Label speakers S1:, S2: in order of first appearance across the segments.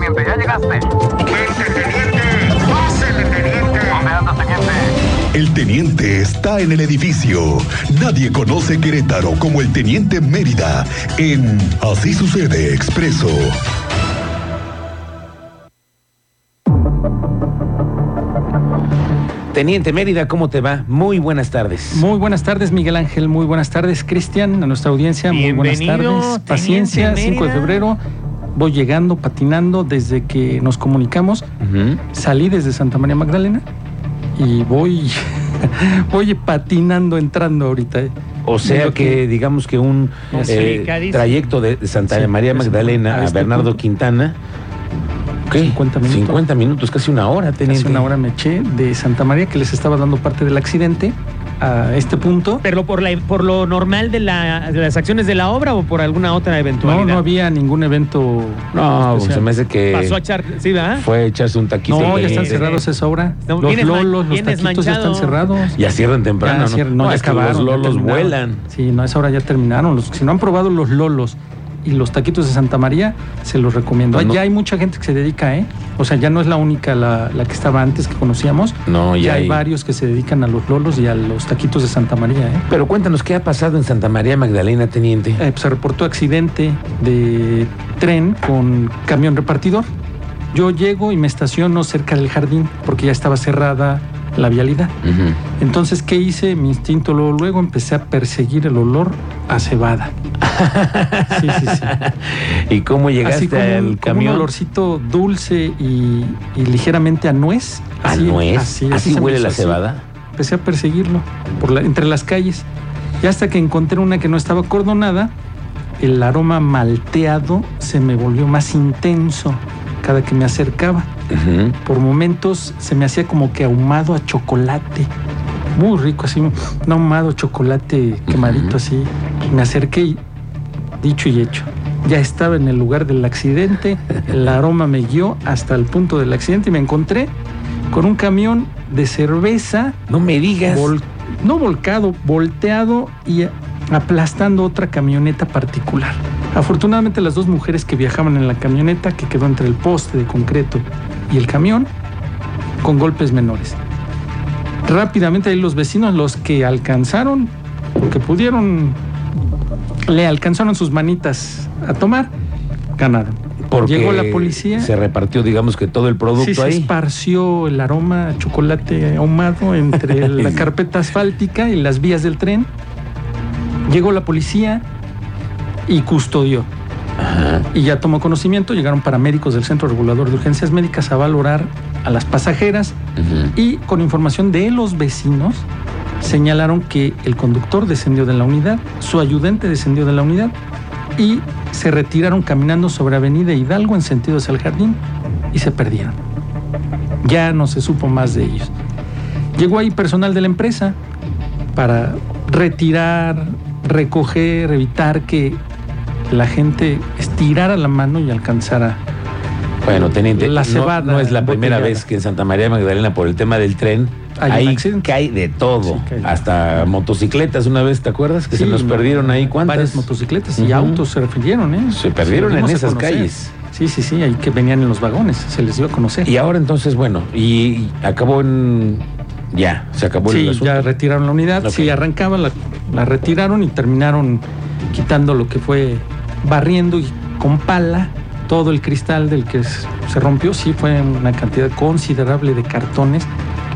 S1: llegaste.
S2: ¡Vente, teniente! ¡Pásele, teniente!
S1: ¿Dónde anda, teniente?
S3: El teniente está en el edificio. Nadie conoce Querétaro como el teniente Mérida en Así sucede expreso.
S4: Teniente Mérida, ¿cómo te va? Muy buenas tardes.
S5: Muy buenas tardes, Miguel Ángel. Muy buenas tardes, Cristian, a nuestra audiencia. Muy buenas
S6: Bienvenido,
S5: tardes.
S6: Teniente
S5: Paciencia, 5 de
S6: Mérida.
S5: febrero. Voy llegando, patinando desde que nos comunicamos.
S4: Ujú.
S5: Salí desde Santa María Magdalena y voy, voy patinando, entrando ahorita. eh.
S4: O sea
S5: Digo
S4: que digamos que un eh,
S6: Complicadísimo.
S4: trayecto de de Santa
S5: Sí,
S4: María
S5: pues,
S4: Magdalena
S5: a
S4: a,
S5: este
S4: Bernardo
S5: punto.
S4: Quintana. ¿qué?
S5: 50 minutos.
S4: 50 minutos, casi una hora, teniente.
S5: Hace una hora me eché de Santa María, que les estaba dando parte del accidente, a este punto.
S6: ¿Pero por, la, por lo normal de, la- de las acciones de la obra o por alguna otra
S5: No,
S6: eventualidad?
S5: no había ningún evento.
S4: No, pues,
S5: especial.
S4: se me hace que
S6: Pasó a echar... Sí, ¿verdad?
S4: Eh, fue a echarse un taquito.
S5: No, ya
S4: el
S5: están
S4: teniente.
S5: cerrados esa obra.
S6: No,
S5: los
S6: vienes man-
S5: lolos, los
S6: vienes
S5: taquitos ya están
S6: manchado.
S5: cerrados.
S4: Ya cierran temprano,
S5: Ya
S4: ¿no?
S5: cierran,
S4: No,
S5: ya
S4: es que los
S5: acabaron, ya
S4: lolos
S5: terminaron.
S4: vuelan.
S5: Sí, no, a esa hora ya terminaron. Los, si no han probado los lolos y los taquitos de Santa María, se los recomiendo.
S4: No.
S5: Ya hay mucha gente que se dedica, ¿eh? O sea, ya no es la única la, la que estaba antes que conocíamos.
S4: No, ya
S5: ya hay,
S4: hay-
S5: varios que se dedican a los lolos y a los taquitos de Santa María, ¿eh?
S4: Pero cuéntanos, ¿qué ha pasado en Santa María Magdalena, teniente?
S5: Eh, pues, se reportó accidente de tren con camión repartidor. Yo llego y me estaciono cerca del jardín porque ya estaba cerrada la vialidad.
S4: Ujú.
S5: Entonces, ¿qué hice? Mi instinto luego, luego empecé a perseguir el olor a cebada. Sí, sí, sí.
S4: ¿Y cómo
S5: Así como
S4: llegaste
S5: un,
S4: al
S5: como un
S4: camión?
S5: olorcito dulce y, y ligeramente a nuez.
S4: ¿A
S5: Así-
S4: nuez?
S5: Así,
S4: Ah, ¿Así,
S5: así se me
S4: huele
S5: hizo,
S4: la
S5: así.
S4: cebada?
S5: Empecé a perseguirlo por la- entre las calles. Y hasta que encontré una que no estaba cordonada, el aroma malteado se me volvió más intenso cada que me acercaba.
S4: Ujú.
S5: Por momentos se me hacía como que ahumado a chocolate. Muy rico, así, un ahumado chocolate quemadito,
S4: Ujú.
S5: así. Me acerqué y dicho y hecho. Ya estaba en el lugar del accidente, el aroma me guió hasta el punto del accidente y me encontré con un camión de cerveza,
S4: No me digas.
S5: vol- no volcado, volteado y aplastando otra camioneta particular. Afortunadamente las dos mujeres que viajaban en la camioneta que quedó entre el poste de concreto y el camión con golpes menores. Rápidamente ahí los vecinos, los que alcanzaron, porque pudieron, le alcanzaron sus manitas a tomar, ganaron.
S4: Porque
S5: Llegó la policía.
S4: Se repartió, digamos que todo el producto
S5: Sí, se
S4: ahí.
S5: esparció el aroma a chocolate ahumado entre la carpeta asfáltica y las vías del tren. Llegó la policía y custodió.
S4: Ajá.
S5: Y ya tomó conocimiento, llegaron paramédicos del Centro Regulador de Urgencias Médicas a valorar a las pasajeras
S4: Ujú.
S5: y con información de los vecinos señalaron que el conductor descendió de la unidad, su ayudante descendió de la unidad y se retiraron caminando sobre Avenida Hidalgo en sentido hacia el jardín y se perdieron. Ya no se supo más de ellos. Llegó ahí personal de la empresa para retirar, recoger, evitar que la gente estirara la mano y alcanzara.
S4: Bueno, teniente,
S5: La
S4: no-
S5: cebada
S4: no, es la primera
S5: embotellada.
S4: vez que en Santa María Magdalena por el tema del tren
S5: Hay un
S4: hay,
S5: accidente.
S4: que hay de todo,
S5: Sí, que hay.
S4: hasta motocicletas una vez, ¿te acuerdas? Que se
S5: Sí,
S4: nos perdieron ahí
S5: Varias
S4: cuántas
S5: motocicletas
S4: Ujú.
S5: y autos se refirieron, ¿eh?
S4: se perdieron en
S5: dimos a
S4: esas
S5: conocer.
S4: calles.
S5: Sí, sí, sí, ahí que venían en los vagones, se les dio a conocer.
S4: Y ahora entonces, bueno, y acabó en ya, se acabó el
S5: sí,
S4: asunto.
S5: ya retiraron la unidad,
S4: Ok.
S5: sí, arrancaban, la, la retiraron y terminaron quitando lo que fue barriendo y con pala todo el cristal del que s- se rompió, sí, fue una cantidad considerable de cartones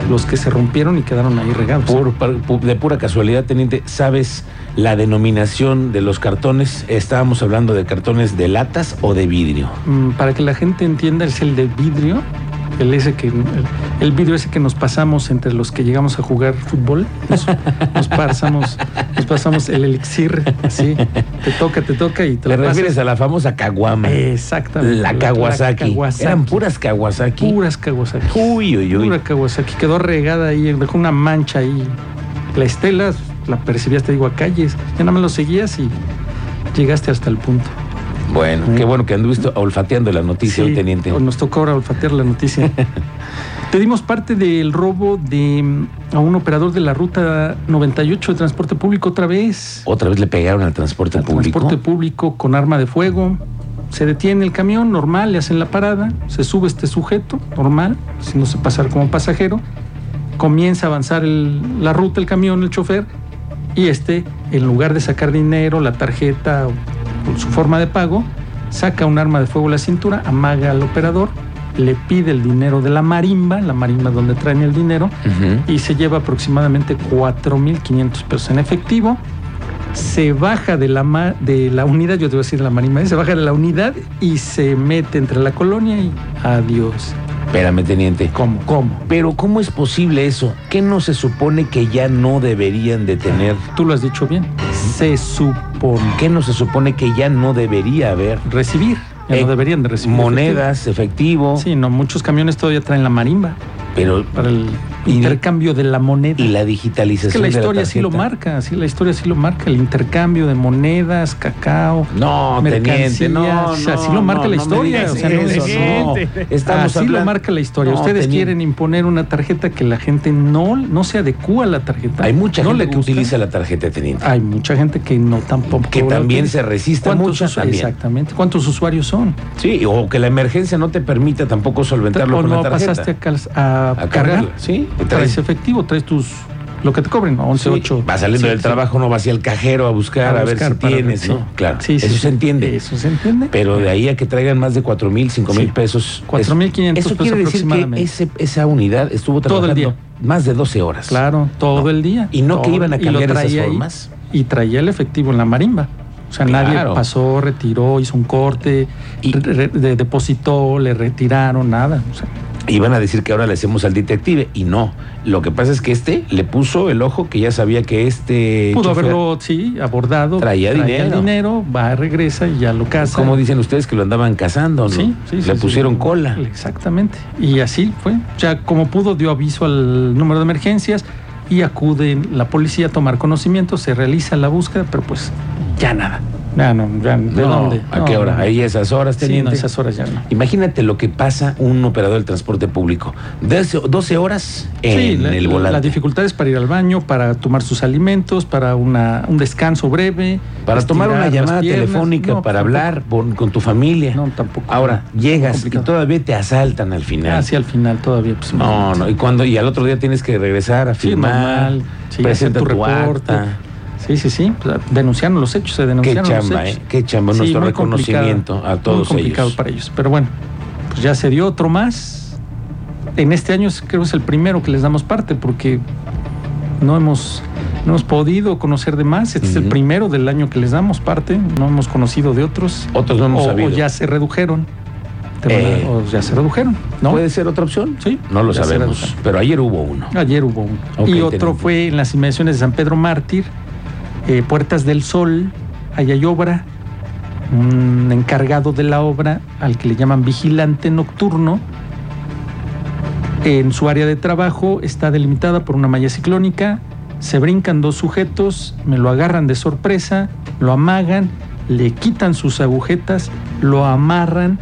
S5: los que se rompieron y quedaron ahí regados.
S4: Por- par- pu- de pura casualidad, teniente, ¿sabes la denominación de los cartones? Estábamos hablando de cartones de latas o de vidrio.
S5: Mm, para que la gente entienda, es el de vidrio, el ese que el, el vidrio ese que nos pasamos entre los que llegamos a jugar fútbol, nos, nos pasamos, nos pasamos el elixir, así, te toca, te toca y
S4: ¿Te
S5: te lo pasas.
S4: refieres a la famosa caguama?
S5: Exactamente.
S4: La Kawasaki.
S5: la Kawasaki.
S4: Eran puras Kawasaki.
S5: puras Kawasaki.
S4: Uy, uy, uy.
S5: Pura Kawasaki. Quedó regada ahí, dejó una mancha ahí. La estela la percibías, te digo, a calles. Ya nada más lo seguías y llegaste hasta el punto.
S4: Bueno,
S5: Sí.
S4: qué bueno que anduviste olfateando la noticia, hoy,
S5: Sí, pues
S4: teniente.
S5: Nos tocó ahora olfatear la noticia. Pedimos parte del robo de mm, a un operador de la ruta 98 de transporte público otra vez.
S4: Otra vez le pegaron al transporte
S5: Al
S4: público.
S5: transporte público con arma de fuego. Se detiene el camión, normal, le hacen la parada, se sube este sujeto, normal, haciéndose pasar como pasajero, comienza a avanzar el- la ruta, el camión, el chofer, y este, en lugar de sacar dinero, la tarjeta o, o su forma de pago, saca un arma de fuego a la cintura, amaga al operador, le pide el dinero de la marimba, la marimba donde traen el dinero, y se lleva aproximadamente 4.500 pesos en efectivo. Se baja de la, ma- de la unidad, yo te voy a decir la marimba, ¿eh? se baja de la unidad y se mete entre la colonia y adiós.
S4: Espérame, teniente.
S5: ¿Cómo? ¿Cómo?
S4: Pero ¿cómo es posible eso? ¿Qué no se supone que ya no deberían de tener?
S5: Tú lo has dicho bien. Se supone
S4: ¿Qué no se supone que ya no debería haber?
S5: recibir. Ya
S4: Eh,
S5: no deberían de recibir.
S4: Monedas, efectivo,
S5: efectivo. Sí, no, muchos camiones todavía traen la marimba
S4: pero
S5: para el
S4: Y-
S5: intercambio de la moneda.
S4: y la
S5: es que
S4: digitalización
S5: la
S4: de
S5: historia sí lo
S4: tarjeta?
S5: marca, sí, la historia sí lo marca, el intercambio de monedas, cacao.
S4: No, teniente,
S5: mercancías,
S4: no, no.
S5: o sea, así lo marca
S4: no,
S5: la
S4: no me
S5: historia,
S4: digas
S5: o sea, no
S4: eso,
S5: es-
S4: no.
S6: Teniente.
S4: Estamos
S5: Así lo
S4: hablando-
S5: marca la historia.
S4: No,
S5: Ustedes
S4: teniente.
S5: quieren imponer una tarjeta que la gente no, no se adecúa a la tarjeta.
S4: Hay mucha
S5: no
S4: gente
S5: le
S4: que
S5: gusta. Ah.
S4: utiliza la tarjeta, teniente.
S5: Hay mucha gente que no tampoco.
S4: Que
S5: la
S4: también
S5: utiliza.
S4: se resiste mucho
S5: usu-
S4: también.
S5: Exactamente. ¿Cuántos usuarios son?
S4: Sí, o que la emergencia no te permita tampoco solventarlo
S5: ¿O
S4: con
S5: no
S4: la tarjeta.
S5: pasaste a, cal- a
S4: A
S5: cargar?
S4: cargarla, sí.
S5: Traes efectivo, traes tus. Lo que te cobren, ¿no? 11,
S4: Sí,
S5: 8.
S4: va saliendo del trabajo, no va hacia el cajero a buscar, a, ver si tienes, ¿no? Claro, eso se entiende.
S5: Eso se entiende.
S4: Pero de ahí a que traigan más de cuatro mil, cinco mil
S5: Sí.
S4: pesos.
S5: 4,500
S4: Eso
S5: pesos
S4: quiere decir que
S5: aproximadamente.
S4: ese- esa unidad estuvo
S5: Todo
S4: trabajando
S5: el día.
S4: más de 12 horas.
S5: Claro, todo el día.
S4: Y no que
S5: Todo-
S4: iban a
S5: y lo
S4: cambiar esas
S5: traía ahí,
S4: formas.
S5: y traía el efectivo en la marimba. O sea,
S4: Claro.
S5: nadie pasó, retiró, hizo un corte,
S4: Y-
S5: re- de- depositó, le retiraron, nada. O sea,
S4: Iban a decir que ahora le hacemos al detective y no. Lo que pasa es que este le puso el ojo que ya sabía que este
S5: pudo
S4: chofer,
S5: haberlo, sí, abordado.
S4: Traía
S5: el
S4: dinero.
S5: dinero, va, regresa y ya lo casa.
S4: como dicen ustedes que lo andaban cazando, ¿no?
S5: Sí, sí,
S4: le
S5: sí,
S4: pusieron
S5: sí.
S4: cola.
S5: Exactamente. Y así fue. Ya como pudo, dio aviso al número de emergencias y acude la policía a tomar conocimiento. Se realiza la búsqueda, pero pues ya nada. Ya no, ya, ¿de
S4: No,
S5: dónde?
S4: ¿A
S5: No,
S4: qué hora?
S5: no.
S4: Ahí a esas horas,
S5: Sí, no,
S4: teniente.
S5: esas horas ya no.
S4: Imagínate lo que pasa un operador del transporte público. 12, 12 horas en
S5: sí, la,
S4: el
S5: la-
S4: volante.
S5: las dificultades para ir al baño, para tomar sus alimentos, para una, un descanso breve.
S4: para tomar una
S5: estirar las
S4: llamada
S5: piernas.
S4: telefónica,
S5: No,
S4: para
S5: tampoco.
S4: hablar por- con tu familia.
S5: No, tampoco.
S4: Ahora, llegas y
S5: complicado.
S4: todavía te asaltan al final.
S5: Ah, sí, al final todavía. Pues,
S4: No, no, y cuando y al otro día tienes que regresar a
S5: Sí,
S4: firmar,
S5: normal. Sí,
S4: presenta
S5: hacer
S4: tu,
S5: tu reporte.
S4: acta.
S5: Sí, sí, sí. pues, denunciaron los hechos, se
S4: Qué
S5: denunciaron los
S4: chamba,
S5: hechos.
S4: ¿eh? Qué chamba,
S5: Sí,
S4: nuestro
S5: muy
S4: reconocimiento
S5: complicado,
S4: a todos
S5: Muy complicado
S4: ellos.
S5: para ellos. Pero bueno, pues ya se dio otro más. En este año es- creo que es el primero que les damos parte porque no hemos, no hemos podido conocer de más. Este es el
S4: Ujú.
S5: primero del año que les damos parte. No hemos conocido de otros.
S4: Otros no hemos
S5: o,
S4: sabido.
S5: o ya se redujeron. Te van a-
S4: Eh.
S5: o ya se redujeron. ¿no?
S4: ¿Puede ser otra opción?
S5: Sí,
S4: No lo
S5: ya será
S4: sabemos,
S5: otra.
S4: pero ayer hubo uno.
S5: Ayer hubo uno.
S4: Ok,
S5: y otro
S4: teniente.
S5: fue en las inmediaciones de San Pedro Mártir, eh, Puertas del Sol, allá hay obra, un encargado de la obra al que le llaman vigilante nocturno. En su área de trabajo está delimitada por una malla ciclónica. Se brincan dos sujetos, me lo agarran de sorpresa, lo amagan, le quitan sus agujetas, lo amarran,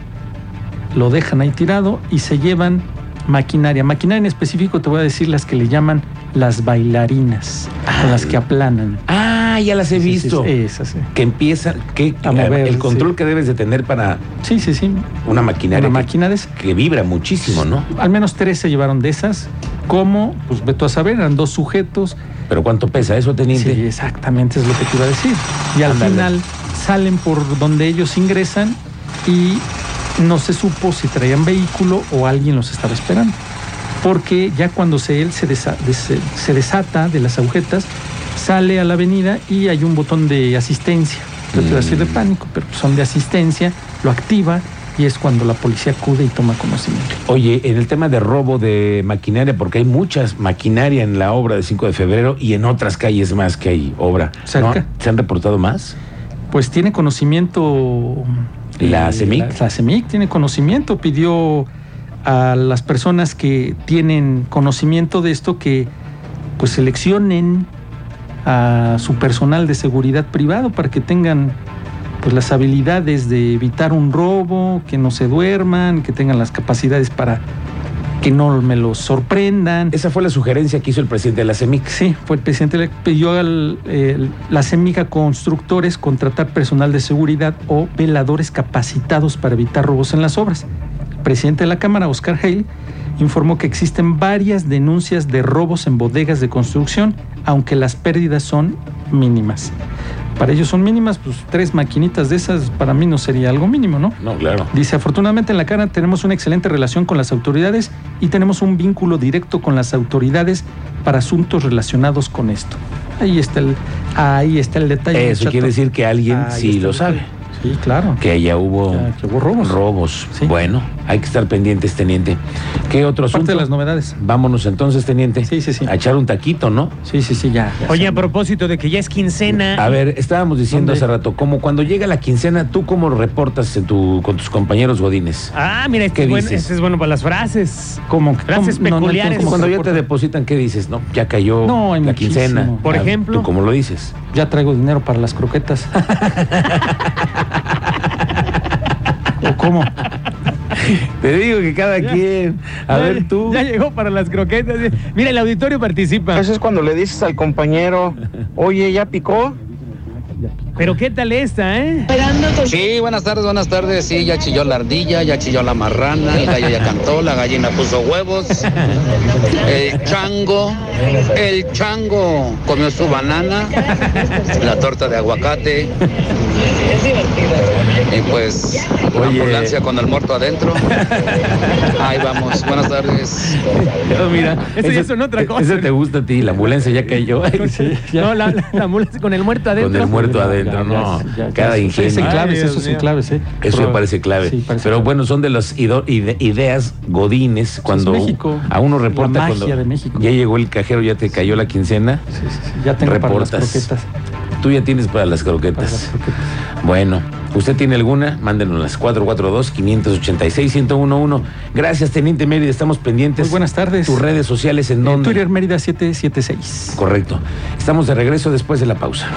S5: lo dejan ahí tirado y se llevan maquinaria. Maquinaria en específico te voy a decir las que le llaman las bailarinas, con las que aplanan.
S4: Ah, ya las he visto.
S5: Sí, sí, sí, esas, sí.
S4: que empieza, que
S5: A mover,
S4: el control
S5: sí.
S4: que debes de tener para
S5: Sí, sí, sí.
S4: una maquinaria
S5: Una
S4: que-
S5: máquina de esas.
S4: que, vibra muchísimo, ¿no?
S5: Al menos tres se llevaron de esas. ¿Cómo? Pues ve tú a saber, eran dos sujetos.
S4: Pero ¿cuánto pesa eso, teniente?
S5: Sí, exactamente es lo que te iba a decir. Y al
S4: Ándale.
S5: final salen por donde ellos ingresan y no se supo si traían vehículo o alguien los estaba esperando. Porque ya cuando se, él se, desa- des- se desata de las agujetas, sale a la avenida y hay un botón de asistencia. Yo te iba a decir de
S4: Mm.
S5: pánico, pero son de asistencia, lo activa y es cuando la policía acude y toma conocimiento.
S4: Oye, en el tema de robo de maquinaria, porque hay muchas maquinaria en la obra de 5 de febrero y en otras calles más que hay obra. ¿no?
S5: Cerca.
S4: ¿Se han reportado más?
S5: pues tiene conocimiento. eh,
S4: ¿La CEMIC?
S5: La, la CEMIC tiene conocimiento. Pidió a las personas que tienen conocimiento de esto que pues seleccionen a su personal de seguridad privado para que tengan pues las habilidades de evitar un robo, que no se duerman, que tengan las capacidades para que no me lo sorprendan.
S4: Esa fue la sugerencia que hizo el presidente de la CEMIC.
S5: Sí, pues el presidente le pidió a la CEMIC a constructores contratar personal de seguridad o veladores capacitados para evitar robos en las obras. El presidente de la Cámara, Oscar Hale, informó que existen varias denuncias de robos en bodegas de construcción, aunque las pérdidas son mínimas. Para ellos son mínimas, pues tres maquinitas de esas para mí no sería algo mínimo, ¿no?
S4: No, claro.
S5: Dice, afortunadamente en la cara tenemos una excelente relación con las autoridades y tenemos un vínculo directo con las autoridades para asuntos relacionados con esto. Ahí está el, ahí está el detalle.
S4: Eso
S5: muchacho.
S4: quiere decir que alguien
S5: Ahí
S4: sí
S5: está
S4: lo
S5: el
S4: sabe.
S5: detalle. Sí, claro.
S4: Que ya hubo,
S5: Ya, que hubo robos.
S4: robos.
S5: Sí.
S4: Bueno, hay que estar pendientes, teniente. ¿Qué otro asunto?
S5: Parte de las novedades.
S4: Vámonos entonces, teniente.
S5: Sí, sí, sí.
S4: A echar un taquito, ¿no?
S5: Sí, sí, sí, ya. ya
S6: Oye,
S5: sé.
S6: a propósito de que ya es quincena.
S4: A ver, estábamos diciendo
S5: ¿Dónde?
S4: hace rato, como cuando llega la quincena, ¿tú cómo reportas en tu, con tus compañeros godines?
S6: Ah, mira, este
S4: ¿Qué
S6: es, bueno,
S4: dices?
S6: este es bueno para las frases.
S5: ¿Cómo?
S6: Frases
S5: ¿Cómo? No, no
S6: peculiares.
S4: Y
S5: entiendo cómo
S4: cuando
S5: se
S4: ya te
S5: reporta.
S4: depositan, ¿qué dices? No, ya cayó
S5: No, hay
S4: la
S5: muchísimo.
S4: quincena.
S6: Por
S4: Ah,
S6: ejemplo.
S4: ¿Tú cómo lo dices?
S5: Ya traigo dinero para las croquetas. ¿O cómo?
S4: Te digo que cada quien. A
S6: Ya-
S4: ver, tú.
S6: Ya llegó para las croquetas. Mira, el auditorio participa.
S1: Eso es cuando le dices al compañero, oye, ¿ya picó?
S6: Pero qué tal esta, ¿eh?
S7: Sí, buenas tardes, buenas tardes. Sí, ya chilló la ardilla, ya chilló la marrana, el gallo ya cantó, la gallina puso huevos, el chango, el chango comió su banana, la torta de aguacate. Y pues la
S4: Oye.
S7: ambulancia con el muerto adentro. Ahí vamos, buenas tardes.
S4: No, mira.
S6: Eso ya son otra cosa.
S4: Ese te gusta a ti, la ambulancia ya cayó.
S6: No, la, la- la ambulancia con el muerto adentro.
S4: Con el muerto adentro,
S5: Ya,
S4: no.
S5: ya, ya,
S4: Cada
S5: ya,
S4: ingenio.
S5: Son claves,
S6: Ay, Dios
S5: esos son
S6: mío.
S5: claves, ¿eh?
S4: Eso me parece clave.
S5: Sí, parece
S4: Pero
S5: clave.
S4: bueno, son de las ido- ide- ideas godines cuando
S5: México.
S4: a uno reporta
S5: La magia
S4: cuando
S5: de México.
S4: ya llegó el cajero, ya te cayó la quincena,
S5: Sí, sí, sí, Ya tengo para las
S4: Reportas.
S5: croquetas.
S4: tú ya tienes para las
S5: para
S4: croquetas.
S5: las croquetas.
S4: Bueno, ¿usted tiene alguna? Mándenos las 442-586-1011. Gracias, Teniente Mérida, estamos pendientes.
S5: Muy buenas tardes.
S4: Tus redes sociales en
S5: Eh,
S4: donde.
S5: Twitter Mérida 776.
S4: Correcto. Estamos de regreso después de la pausa.